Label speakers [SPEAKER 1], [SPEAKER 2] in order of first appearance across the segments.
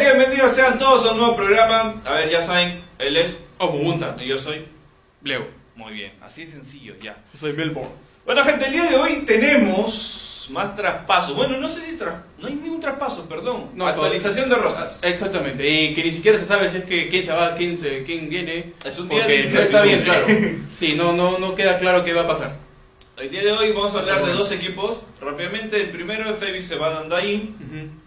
[SPEAKER 1] Bienvenidos sean todos a un nuevo programa. A ver, ya saben, él es Omumunta y yo soy Leo. Muy bien, así de sencillo, ya.
[SPEAKER 2] Soy Melbourne.
[SPEAKER 1] Bueno, gente, el día de hoy tenemos más traspasos. Bueno, no sé si tras... No hay ningún traspaso, perdón.
[SPEAKER 2] No,
[SPEAKER 1] Actualización de rosters.
[SPEAKER 2] Exactamente. Y que ni siquiera se sabe si es que quién se va, quién, se- quién viene.
[SPEAKER 1] Es un día de
[SPEAKER 2] Porque no está bien, claro.
[SPEAKER 1] incertidumbre.
[SPEAKER 2] Sí, no, no, no queda claro qué va a pasar.
[SPEAKER 1] El día de hoy vamos a hablar de dos equipos. Rápidamente, el primero Febi se va dando ahí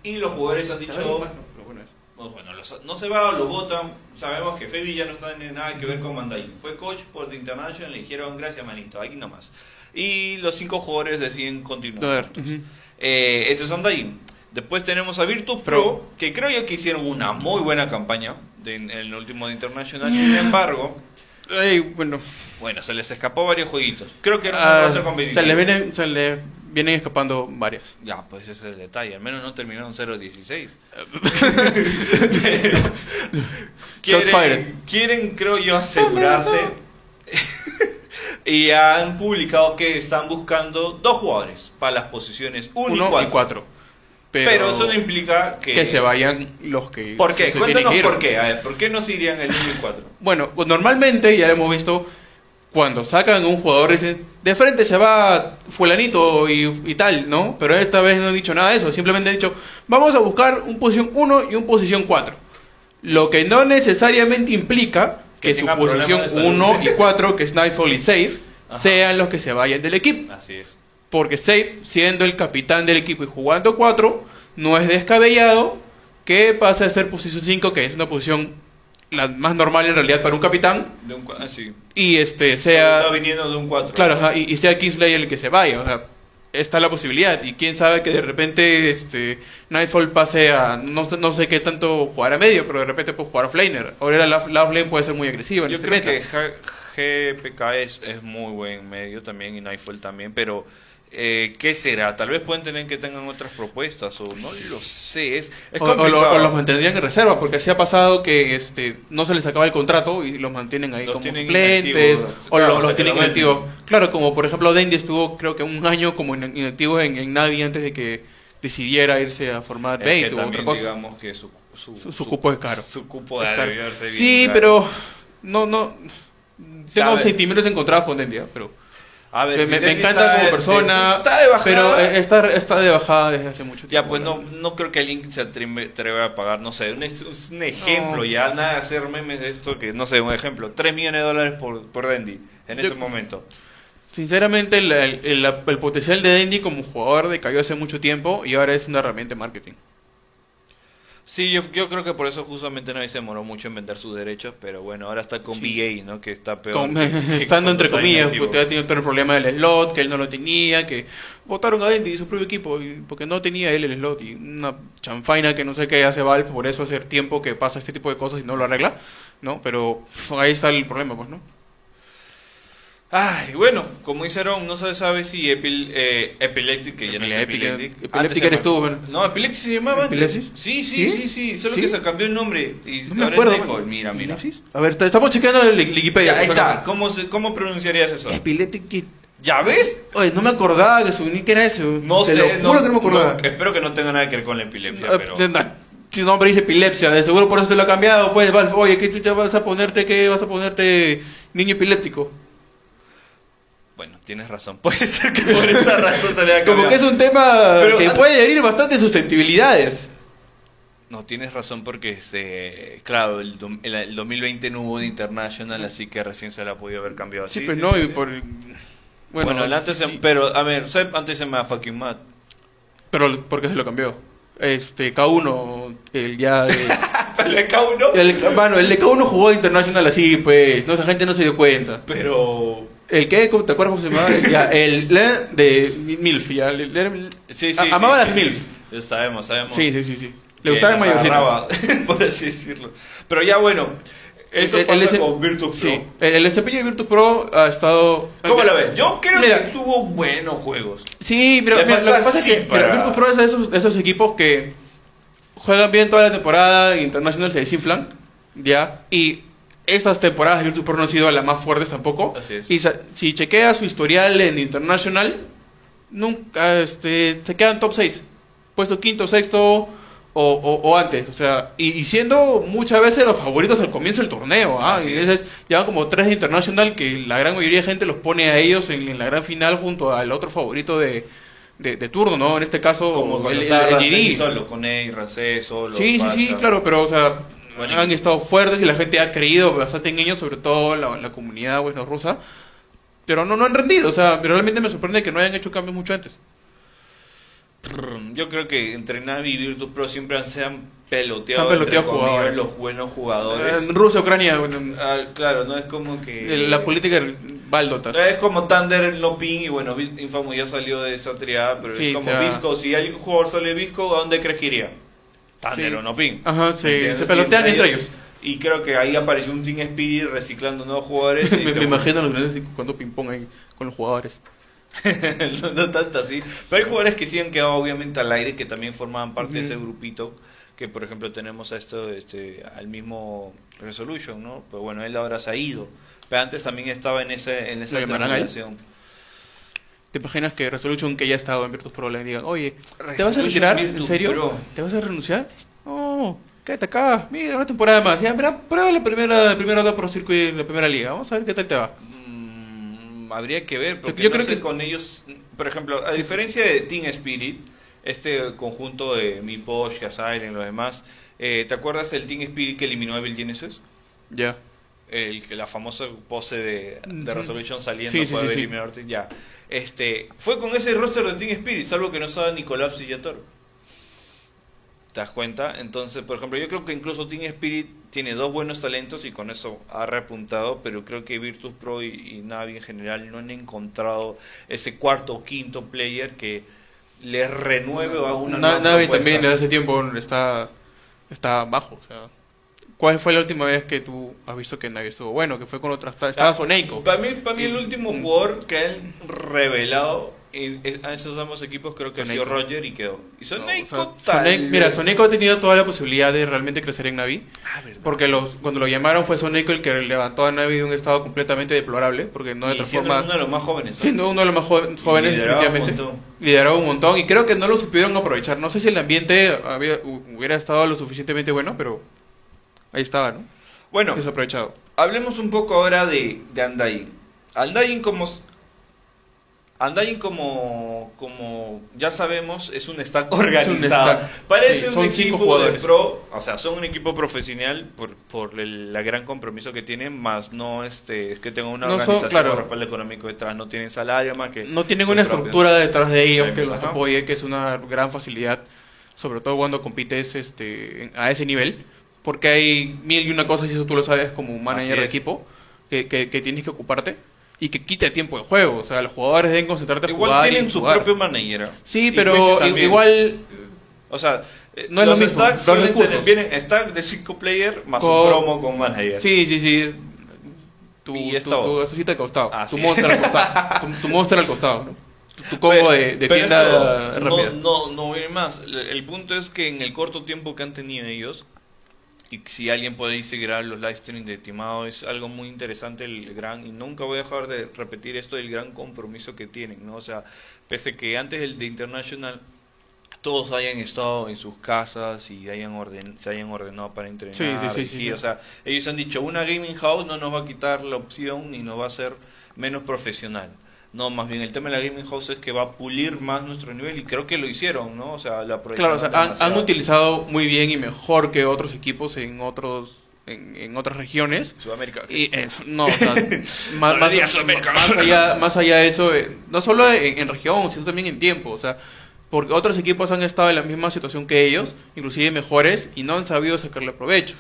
[SPEAKER 1] y los jugadores han dicho...
[SPEAKER 2] Sabemos más, ¿no? Pero bueno, es-
[SPEAKER 1] Pues bueno, los- no se va, lo votan. Sabemos que Febi ya no está en nada que ver con Mandarín. Fue coach por The International, le dijeron gracias, manito, aquí nomás. Y los cinco jugadores deciden continuar. Eh, ese es Mandarín. Después tenemos a Virtus Pro, que creo yo que hicieron una muy buena campaña de- en el último de International. Sin embargo,
[SPEAKER 2] Ay, bueno.
[SPEAKER 1] bueno, se les escapó varios jueguitos. Creo que era
[SPEAKER 2] Ah,
[SPEAKER 1] una racha
[SPEAKER 2] se
[SPEAKER 1] competitiva.
[SPEAKER 2] le vienen, se le vienen escapando varias.
[SPEAKER 1] Ya, pues ese es el detalle. Al menos no terminaron 0-16.
[SPEAKER 2] Shots fired.
[SPEAKER 1] quieren, quieren, creo yo, asegurarse. y han publicado que están buscando dos jugadores para las posiciones 1 y
[SPEAKER 2] Uno
[SPEAKER 1] 4.
[SPEAKER 2] y cuatro. Pero,
[SPEAKER 1] Pero, eso no implica que...
[SPEAKER 2] que... se vayan los que.
[SPEAKER 1] ¿Por qué?
[SPEAKER 2] se tienen
[SPEAKER 1] Cuéntanos
[SPEAKER 2] que ir.
[SPEAKER 1] por qué. A ver, ¿por qué no se irían el 1 y 4?
[SPEAKER 2] Bueno, pues normalmente ya lo hemos visto. Cuando sacan a un jugador, dicen de frente se va Fulanito y, y tal, ¿no? Pero esta vez no han dicho nada de eso. Simplemente han dicho, vamos a buscar un posición 1 y un posición 4. Lo que no necesariamente implica
[SPEAKER 1] Que
[SPEAKER 2] que, su
[SPEAKER 1] tengan problemas
[SPEAKER 2] posición
[SPEAKER 1] de salud.
[SPEAKER 2] 1 y 4, que es Nightfall y Safe,
[SPEAKER 1] Ajá.
[SPEAKER 2] sean los que se vayan del equipo.
[SPEAKER 1] Así es.
[SPEAKER 2] Porque Safe, siendo el capitán del equipo y jugando 4, no es descabellado que pase a ser posición 5, que es una posición la más normal en realidad para un capitán,
[SPEAKER 1] De un cua- ah, sí.
[SPEAKER 2] y este
[SPEAKER 1] Está
[SPEAKER 2] sea
[SPEAKER 1] viniendo de un 4.
[SPEAKER 2] claro, ajá, y, y sea Kingsley el que se vaya, o sea, está la posibilidad y quién sabe que de repente este Nightfall pase a no sé, no sé qué tanto jugar a medio, pero de repente puede jugar offlaner. Ahora la, la offlane puede ser muy agresiva en
[SPEAKER 1] Yo
[SPEAKER 2] este
[SPEAKER 1] creo
[SPEAKER 2] meta.
[SPEAKER 1] que Ja- GPK es, es muy buen medio también y Nightfall también, pero eh, ¿qué será? Tal vez pueden tener que tengan otras propuestas o no lo sé. Es, es
[SPEAKER 2] O, o lo-
[SPEAKER 1] complicado.
[SPEAKER 2] o los mantendrían en reserva, porque así ha pasado que este no se les acaba el contrato y los mantienen ahí
[SPEAKER 1] Los
[SPEAKER 2] como
[SPEAKER 1] tienen
[SPEAKER 2] suplentes,
[SPEAKER 1] inactivos,
[SPEAKER 2] o
[SPEAKER 1] claro,
[SPEAKER 2] lo-
[SPEAKER 1] hasta
[SPEAKER 2] los
[SPEAKER 1] que
[SPEAKER 2] tienen
[SPEAKER 1] lo venden.
[SPEAKER 2] inactivos. Claro, como por ejemplo Dendy estuvo creo que un año como in- inactivo en, en Navi antes de que decidiera irse a formar
[SPEAKER 1] Es que
[SPEAKER 2] Bait o otra
[SPEAKER 1] también
[SPEAKER 2] cosa.
[SPEAKER 1] digamos que su, su,
[SPEAKER 2] Su- su cupo es caro.
[SPEAKER 1] Su cupo de
[SPEAKER 2] Es caro.
[SPEAKER 1] debió haberse
[SPEAKER 2] Sí,
[SPEAKER 1] bien caro.
[SPEAKER 2] pero no, no. Tengo
[SPEAKER 1] Sabe.
[SPEAKER 2] sentimientos encontrados con Dendy, ¿eh? pero
[SPEAKER 1] A ver,
[SPEAKER 2] me,
[SPEAKER 1] si
[SPEAKER 2] me- me
[SPEAKER 1] Dendy
[SPEAKER 2] encanta
[SPEAKER 1] está
[SPEAKER 2] como
[SPEAKER 1] de-
[SPEAKER 2] persona,
[SPEAKER 1] Está de bajada.
[SPEAKER 2] pero eh, está, está de bajada desde hace mucho tiempo.
[SPEAKER 1] ya, pues no,
[SPEAKER 2] ¿verdad?
[SPEAKER 1] no creo que alguien se atreve atreva a pagar, no sé, un, ex- un ejemplo,
[SPEAKER 2] No.
[SPEAKER 1] ya nada, hacer memes de esto, que no sé, un ejemplo, 3 millones de dólares por, por Dendy en
[SPEAKER 2] Yo-
[SPEAKER 1] ese momento.
[SPEAKER 2] Sinceramente, el, el- el- el potencial de Dendy como jugador decayó hace mucho tiempo y ahora es una herramienta de marketing.
[SPEAKER 1] Sí, yo, yo creo que por eso justamente no se demoró mucho en vender sus derechos, pero bueno, ahora está con
[SPEAKER 2] Sí.
[SPEAKER 1] VA, ¿no? Que está peor.
[SPEAKER 2] Con-
[SPEAKER 1] que- que
[SPEAKER 2] estando entre
[SPEAKER 1] cuando
[SPEAKER 2] comillas,
[SPEAKER 1] está
[SPEAKER 2] porque ha
[SPEAKER 1] inactivo.
[SPEAKER 2] tenido todo el problema del slot, que él no lo tenía, que votaron a Dendy y su propio equipo y- porque no tenía él el slot y una chanfaina que no sé qué hace Valve, por eso hace tiempo que pasa este tipo de cosas y no lo arregla, ¿no? Pero ahí está el problema, pues, ¿no?
[SPEAKER 1] Ay, bueno, como hicieron, no se sabe si Epil, eh, Epileptic, que ya no es
[SPEAKER 2] Epileptic, eh,
[SPEAKER 1] Epileptic.
[SPEAKER 2] Epileptic
[SPEAKER 1] Antes se
[SPEAKER 2] eres tú,
[SPEAKER 1] llamaba-
[SPEAKER 2] bueno.
[SPEAKER 1] No, Epileptic se llamaba antes.
[SPEAKER 2] ¿Epilepsis?
[SPEAKER 1] Sí, sí, sí, sí,
[SPEAKER 2] ¿Sí?
[SPEAKER 1] solo
[SPEAKER 2] ¿Sí?
[SPEAKER 1] que se cambió el nombre. Y
[SPEAKER 2] No me
[SPEAKER 1] ahora es
[SPEAKER 2] acuerdo.
[SPEAKER 1] Nightfall,
[SPEAKER 2] bueno.
[SPEAKER 1] mira, mira.
[SPEAKER 2] A ver, t- estamos chequeando el Wik- Wikipedia.
[SPEAKER 1] Ya, ahí
[SPEAKER 2] por si acaso.
[SPEAKER 1] está, ¿cómo, se- cómo pronunciarías eso?
[SPEAKER 2] Epileptic Kid.
[SPEAKER 1] ¿Ya ves?
[SPEAKER 2] Oye, no me acordaba que su nick era ese.
[SPEAKER 1] No
[SPEAKER 2] Te
[SPEAKER 1] sé,
[SPEAKER 2] lo juro que no me acordaba.
[SPEAKER 1] no, espero que no tenga nada que ver con la epilepsia,
[SPEAKER 2] Ah,
[SPEAKER 1] pero...
[SPEAKER 2] tendrá- Si su nombre dice epilepsia, de seguro por eso se lo ha cambiado. Pues, Valve, oye, ¿qué chucha vas a ponerte? ¿Qué vas a ponerte? Niño epiléptico.
[SPEAKER 1] Bueno, tienes razón. Puede ser que por esa razón se le haya
[SPEAKER 2] Como
[SPEAKER 1] cambiado.
[SPEAKER 2] que es un tema
[SPEAKER 1] Pero
[SPEAKER 2] que
[SPEAKER 1] an-
[SPEAKER 2] puede herir bastante susceptibilidades.
[SPEAKER 1] No, tienes razón porque, se, claro, el, dom- el, el 2020 no hubo de International, así que recién se la ha podido haber cambiado.
[SPEAKER 2] Sí,
[SPEAKER 1] así,
[SPEAKER 2] pues no,
[SPEAKER 1] sí,
[SPEAKER 2] y
[SPEAKER 1] sí.
[SPEAKER 2] por.
[SPEAKER 1] Bueno, el antes se-
[SPEAKER 2] sí,
[SPEAKER 1] pero, a ver, Seb antes se llama Fucking Mad.
[SPEAKER 2] Pero, ¿por qué se lo cambió? Este, K1, el ya. de-
[SPEAKER 1] Pero acá uno.
[SPEAKER 2] el, bueno, el de K1 jugó International así, pues. No, esa gente no se dio cuenta.
[SPEAKER 1] Pero...
[SPEAKER 2] El que, ¿cómo- ¿te acuerdas cómo se llamaba? Ya, el le- de Milf, ya. le- le-
[SPEAKER 1] Sí, sí,
[SPEAKER 2] a-
[SPEAKER 1] sí,
[SPEAKER 2] amaba
[SPEAKER 1] sí,
[SPEAKER 2] las
[SPEAKER 1] sí.
[SPEAKER 2] Milf.
[SPEAKER 1] Lo Sabemos, sabemos.
[SPEAKER 2] Sí, sí, sí, sí.
[SPEAKER 1] que
[SPEAKER 2] Le gustaban
[SPEAKER 1] nos
[SPEAKER 2] mayorcitas.
[SPEAKER 1] agarraba, por así decirlo. Pero ya, bueno, eso
[SPEAKER 2] El- el
[SPEAKER 1] pasa
[SPEAKER 2] ese-
[SPEAKER 1] con Virtus
[SPEAKER 2] Sí.
[SPEAKER 1] Pro.
[SPEAKER 2] El, el desempeño de Virtus Pro ha estado...
[SPEAKER 1] ¿Cómo la ves? Yo creo
[SPEAKER 2] Mira.
[SPEAKER 1] que tuvo buenos juegos.
[SPEAKER 2] Sí, mira,
[SPEAKER 1] Le
[SPEAKER 2] mira, lo
[SPEAKER 1] falta
[SPEAKER 2] que pasa es que
[SPEAKER 1] así para-
[SPEAKER 2] mira, Virtus Pro es de esos, de esos equipos que juegan bien toda la temporada, International se desinflan, ya, y estas temporadas de Virtus Pro no han sido las más fuertes tampoco.
[SPEAKER 1] Así es.
[SPEAKER 2] Y sa- si chequeas su historial en International, nunca, este, se quedan top 6. Puesto quinto, sexto, o, o- o antes. O sea, y, y siendo muchas veces los favoritos al comienzo del torneo. ¿ah?
[SPEAKER 1] Así
[SPEAKER 2] Y
[SPEAKER 1] es.
[SPEAKER 2] veces llevan como tres de International que la gran mayoría de gente los pone a ellos en, en la gran final junto al otro favorito de, de- de turno, ¿no? En este caso,
[SPEAKER 1] Como cuando
[SPEAKER 2] el- el-
[SPEAKER 1] estaba
[SPEAKER 2] el
[SPEAKER 1] Rancé
[SPEAKER 2] Giri.
[SPEAKER 1] solo, con él, Rancé solo.
[SPEAKER 2] Sí, sí, sí,
[SPEAKER 1] Pacha.
[SPEAKER 2] claro, pero o sea,
[SPEAKER 1] Bueno,
[SPEAKER 2] han
[SPEAKER 1] y-
[SPEAKER 2] estado fuertes y la gente ha creído bastante en ellos, sobre todo la, la comunidad bueno rusa. Pero no, no han rendido, o sea, realmente me sorprende que no hayan hecho cambios mucho antes.
[SPEAKER 1] Prr, Yo creo que entre Navi y Virtus Pro siempre han, se han peloteado,
[SPEAKER 2] Se han peloteado
[SPEAKER 1] entre comillas,
[SPEAKER 2] jugadores.
[SPEAKER 1] los buenos jugadores.
[SPEAKER 2] En Rusia, Ucrania, bueno,
[SPEAKER 1] Ah, claro, no es como que...
[SPEAKER 2] el- la política del Baldota.
[SPEAKER 1] Es como Thunder Lopin y bueno, Vis- Infamous ya salió de esa triada, pero
[SPEAKER 2] Sí,
[SPEAKER 1] es
[SPEAKER 2] se
[SPEAKER 1] como
[SPEAKER 2] va.
[SPEAKER 1] Visco. Si hay un jugador sale Visco, ¿a dónde crees que iría? Thunder
[SPEAKER 2] Sí.
[SPEAKER 1] o Lopin.
[SPEAKER 2] Ajá, sí,
[SPEAKER 1] ¿Entiendes?
[SPEAKER 2] se pelotean
[SPEAKER 1] Y
[SPEAKER 2] entre ellos.
[SPEAKER 1] Y creo que ahí apareció un Team Spirit reciclando nuevos jugadores. y
[SPEAKER 2] me, me
[SPEAKER 1] se-
[SPEAKER 2] imagino los meses cuando ping-pong ahí con los jugadores.
[SPEAKER 1] no, no tanto así. Pero hay jugadores que sí han quedado obviamente al aire que también formaban parte de
[SPEAKER 2] Ujú.
[SPEAKER 1] ese grupito. Que por ejemplo tenemos a esto, este, al mismo Resolution, ¿no? Pero bueno, él ahora se ha ido. Pero antes también estaba en, ese, en esa
[SPEAKER 2] ¿Lo llamarán a él?
[SPEAKER 1] triangulación.
[SPEAKER 2] ¿Te imaginas que Resolution, que ya ha estado en Virtus Pro, le digan, oye, ¿te vas a
[SPEAKER 1] Resolution
[SPEAKER 2] retirar? ¿En
[SPEAKER 1] Virtus
[SPEAKER 2] serio?
[SPEAKER 1] Pro.
[SPEAKER 2] ¿Te vas a renunciar? No, quédate acá, mira, una temporada más. Ya, mira, prueba la primera, la primera ronda por circuito, la primera liga. Vamos a ver qué tal te va.
[SPEAKER 1] Mm, habría que ver, porque
[SPEAKER 2] Yo
[SPEAKER 1] yo
[SPEAKER 2] creo
[SPEAKER 1] creo
[SPEAKER 2] que-
[SPEAKER 1] que con ellos, por ejemplo, a diferencia de Team Spirit, este conjunto de Mi Posh, Gasail y los demás, eh, ¿te acuerdas del Team Spirit que eliminó a Bill Genesis?
[SPEAKER 2] Ya.
[SPEAKER 1] El, que- la famosa pose de, de
[SPEAKER 2] Ujú.
[SPEAKER 1] Resolution saliendo
[SPEAKER 2] Sí, sí,
[SPEAKER 1] para
[SPEAKER 2] sí,
[SPEAKER 1] ver
[SPEAKER 2] sí.
[SPEAKER 1] eliminar a Ortiz, ya. Este, fue con ese roster de Team Spirit, salvo que no estaba Nicolás Sillatoro. ¿Te das cuenta? Entonces, por ejemplo, yo creo que incluso Team Spirit tiene dos buenos talentos y con eso ha repuntado, pero creo que Virtus Pro y, y Navi en general no han encontrado ese cuarto o quinto player que les renueve o haga una
[SPEAKER 2] Na-
[SPEAKER 1] nueva
[SPEAKER 2] Navi
[SPEAKER 1] propuesta.
[SPEAKER 2] también desde hace tiempo está, está bajo. O sea, ¿cuál fue la última vez que tú has visto que Navi estuvo bueno? Que fue con otra. Estaba, estaba Soneico.
[SPEAKER 1] Para mí, para mí el último jugador que han revelado en- en- a esos ambos equipos creo que ha sido
[SPEAKER 2] Soneico.
[SPEAKER 1] Roger y quedó. Y
[SPEAKER 2] No, o sea,
[SPEAKER 1] Soneico tal.
[SPEAKER 2] Soneico- mira, Soneico ha tenido toda la posibilidad de realmente crecer en Navi.
[SPEAKER 1] Ah, verdad.
[SPEAKER 2] Porque los, cuando lo llamaron fue Sonic el que levantó a Navi de un estado completamente deplorable, porque no de
[SPEAKER 1] Y
[SPEAKER 2] otra
[SPEAKER 1] siendo
[SPEAKER 2] forma-
[SPEAKER 1] uno de los más jóvenes. ¿no?
[SPEAKER 2] siendo uno de los más joven- jóvenes,
[SPEAKER 1] Lideraba un
[SPEAKER 2] definitivamente,
[SPEAKER 1] montón.
[SPEAKER 2] lideraba un montón y creo que no lo supieron aprovechar. No sé si el ambiente había- hu- hubiera estado lo suficientemente bueno, pero ahí estaba, ¿no?
[SPEAKER 1] Bueno,
[SPEAKER 2] Desaprovechado.
[SPEAKER 1] hablemos un poco ahora de, de Andain. Andain como... Andain como, como ya sabemos es un stack organizado.
[SPEAKER 2] stack.
[SPEAKER 1] Parece
[SPEAKER 2] Sí,
[SPEAKER 1] un
[SPEAKER 2] son cinco
[SPEAKER 1] equipo
[SPEAKER 2] jugadores.
[SPEAKER 1] de pro, o sea, son un equipo profesional por, por el la gran compromiso que tienen, más no este, es que tengan una
[SPEAKER 2] No son-
[SPEAKER 1] organización
[SPEAKER 2] claro.
[SPEAKER 1] con respaldo económico detrás, no tienen salario más que
[SPEAKER 2] No tienen
[SPEAKER 1] sus
[SPEAKER 2] una
[SPEAKER 1] propios.
[SPEAKER 2] estructura detrás de ellos que los
[SPEAKER 1] Ajá.
[SPEAKER 2] apoye, que es una gran facilidad, sobre todo cuando compites este, en- a ese nivel, porque hay mil y una cosas, y eso tú lo sabes como manager
[SPEAKER 1] Así
[SPEAKER 2] de
[SPEAKER 1] es.
[SPEAKER 2] equipo, que, que- que tienes que ocuparte y que quite tiempo de juego. O sea, los jugadores deben concentrarte en
[SPEAKER 1] Igual
[SPEAKER 2] jugar y
[SPEAKER 1] tienen su
[SPEAKER 2] jugar.
[SPEAKER 1] propio manager.
[SPEAKER 2] Sí,
[SPEAKER 1] Y
[SPEAKER 2] pero
[SPEAKER 1] Quincy también.
[SPEAKER 2] igual
[SPEAKER 1] O sea, eh,
[SPEAKER 2] No es
[SPEAKER 1] los
[SPEAKER 2] lo mismo,
[SPEAKER 1] stacks
[SPEAKER 2] los
[SPEAKER 1] suelen tener-
[SPEAKER 2] recursos.
[SPEAKER 1] vienen stack de 5 player más
[SPEAKER 2] Con-
[SPEAKER 1] un promo con manager.
[SPEAKER 2] Sí, sí, sí. Tu,
[SPEAKER 1] Y es
[SPEAKER 2] tu,
[SPEAKER 1] todo.
[SPEAKER 2] tu gasolcita al costado.
[SPEAKER 1] Ah,
[SPEAKER 2] tu
[SPEAKER 1] sí.
[SPEAKER 2] monster al costado. Tu, tu monster al costado. ¿no? Tu, tu combo de, de
[SPEAKER 1] pero
[SPEAKER 2] tienda
[SPEAKER 1] esto
[SPEAKER 2] rápida.
[SPEAKER 1] No, no, no viene más. El, el punto es que en el corto tiempo que han tenido ellos, y si alguien puede irse grabar los live streams de Timado, es algo muy interesante el gran, y nunca voy a dejar de repetir esto, el gran compromiso que tienen, ¿no? O sea, pese que antes del de International todos hayan estado en sus casas y hayan orden, se hayan ordenado para entrenar.
[SPEAKER 2] Sí, sí, sí, sí,
[SPEAKER 1] dirigir,
[SPEAKER 2] sí.
[SPEAKER 1] O sea, ellos han dicho, una gaming house no nos va a quitar la opción ni nos va a hacer menos profesional. No, más bien el tema de la gaming house es que va a pulir más nuestro nivel y creo que lo hicieron, ¿no? O sea, la
[SPEAKER 2] Claro, o sea, han, han utilizado muy bien y mejor que otros equipos en otros en, en otras regiones.
[SPEAKER 1] Sudamérica.
[SPEAKER 2] Y eh, no, o sea, más,
[SPEAKER 1] No
[SPEAKER 2] más-
[SPEAKER 1] digas América.
[SPEAKER 2] más allá, más allá de eso, eh, no solo en, en región, sino también en tiempo. O sea, porque otros equipos han estado en la misma situación que ellos, inclusive mejores, y no han sabido sacarle provecho.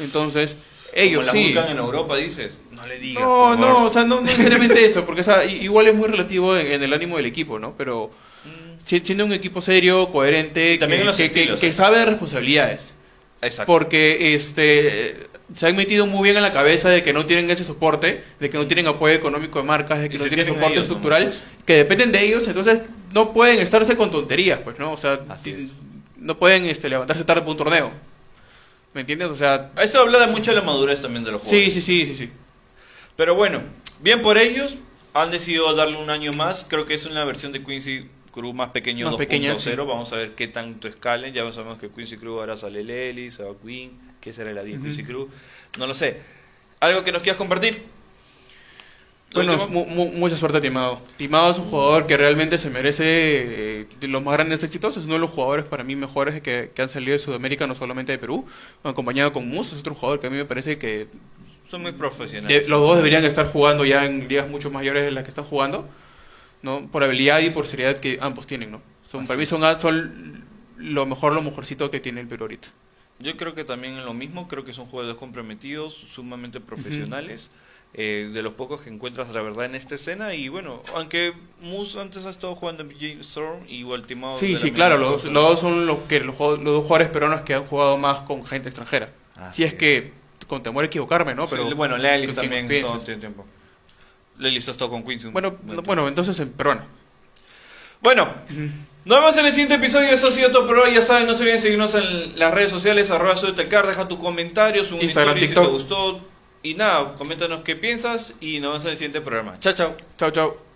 [SPEAKER 2] Entonces, ellos
[SPEAKER 1] Como la
[SPEAKER 2] sí.
[SPEAKER 1] buscan en Europa, dices. No le digas.
[SPEAKER 2] No,
[SPEAKER 1] por
[SPEAKER 2] no, o
[SPEAKER 1] favor.
[SPEAKER 2] sea, no no necesariamente eso, porque o sea, i- igual es muy relativo en, en el ánimo del equipo, ¿no? Pero
[SPEAKER 1] Mm,
[SPEAKER 2] si- siendo un equipo serio, coherente,
[SPEAKER 1] Y también
[SPEAKER 2] que,
[SPEAKER 1] en los
[SPEAKER 2] que- que-
[SPEAKER 1] estilos,
[SPEAKER 2] que
[SPEAKER 1] ¿eh?
[SPEAKER 2] sabe de responsabilidades,
[SPEAKER 1] Exacto.
[SPEAKER 2] porque este eh, se han metido muy bien en la cabeza de que no tienen ese soporte, de que no tienen apoyo económico de marcas, de que
[SPEAKER 1] Y
[SPEAKER 2] no
[SPEAKER 1] se
[SPEAKER 2] tienen
[SPEAKER 1] tienen
[SPEAKER 2] soporte
[SPEAKER 1] ellos
[SPEAKER 2] estructural,
[SPEAKER 1] nomás.
[SPEAKER 2] que dependen de ellos, entonces no pueden estarse con tonterías, pues, ¿no? O sea,
[SPEAKER 1] Así
[SPEAKER 2] ti-
[SPEAKER 1] es.
[SPEAKER 2] no pueden este, levantarse tarde por un torneo, ¿me entiendes? O sea,
[SPEAKER 1] Eso habla de mucho de la madurez también de los jugadores.
[SPEAKER 2] sí, sí, sí, sí, sí.
[SPEAKER 1] Pero bueno, bien por ellos. Han decidido darle un año más. Creo que es una versión de Quincy Crew más pequeño
[SPEAKER 2] Más pequeño,
[SPEAKER 1] 2.0.
[SPEAKER 2] sí.
[SPEAKER 1] Vamos a ver qué tanto escalen. Ya sabemos que Quincy Crew ahora sale Lely, se va Queen. ¿Qué será la 10 Quincy Crew? No lo sé. ¿Algo que nos quieras compartir? Lo
[SPEAKER 2] Bueno,
[SPEAKER 1] último.
[SPEAKER 2] mu- mu- mucha suerte a Timado. Timado es un jugador que realmente se merece eh, de los más grandes éxitos. Es uno de los jugadores para mí mejores que, que han salido de Sudamérica, no solamente de Perú. Acompañado con Mus, es otro jugador que a mí me parece que
[SPEAKER 1] son muy profesionales.
[SPEAKER 2] de- los dos deberían estar jugando ya en ligas mucho mayores de las que están jugando. ¿no? Por habilidad y por seriedad que ambos tienen. ¿no? Son, para mí son, son lo mejor, lo mejorcito que tiene el Perú ahorita.
[SPEAKER 1] Yo creo que también es lo mismo, creo que son jugadores comprometidos, sumamente profesionales, eh, de los pocos que encuentras la verdad en esta escena y bueno, aunque Moose antes ha estado jugando en PJ Storm y Baltimore... de
[SPEAKER 2] Sí,
[SPEAKER 1] la
[SPEAKER 2] sí,
[SPEAKER 1] misma
[SPEAKER 2] claro, los,
[SPEAKER 1] cosa.
[SPEAKER 2] los dos son los, que, los, juego- los dos jugadores peruanos que han jugado más con gente extranjera.
[SPEAKER 1] Así
[SPEAKER 2] si es,
[SPEAKER 1] es.
[SPEAKER 2] que, con temor a equivocarme, ¿no?
[SPEAKER 1] Sí,
[SPEAKER 2] Pero,
[SPEAKER 1] bueno, Lelis
[SPEAKER 2] pero
[SPEAKER 1] también
[SPEAKER 2] que-
[SPEAKER 1] no tiene tiempo. Lelis ha estado con Quincy. un
[SPEAKER 2] Bueno,
[SPEAKER 1] buen
[SPEAKER 2] no, bueno, entonces en peruano.
[SPEAKER 1] Bueno, nos vemos en el siguiente episodio. Eso ha sido todo por hoy. Ya saben, no se olviden seguirnos en las redes sociales, arroba Soyotecar, deja tu comentario, sube un
[SPEAKER 2] Instagram,
[SPEAKER 1] story si te
[SPEAKER 2] TikTok.
[SPEAKER 1] gustó. Y nada, coméntanos qué piensas y nos vemos en el siguiente programa. Chao, chao.
[SPEAKER 2] Chao, chao.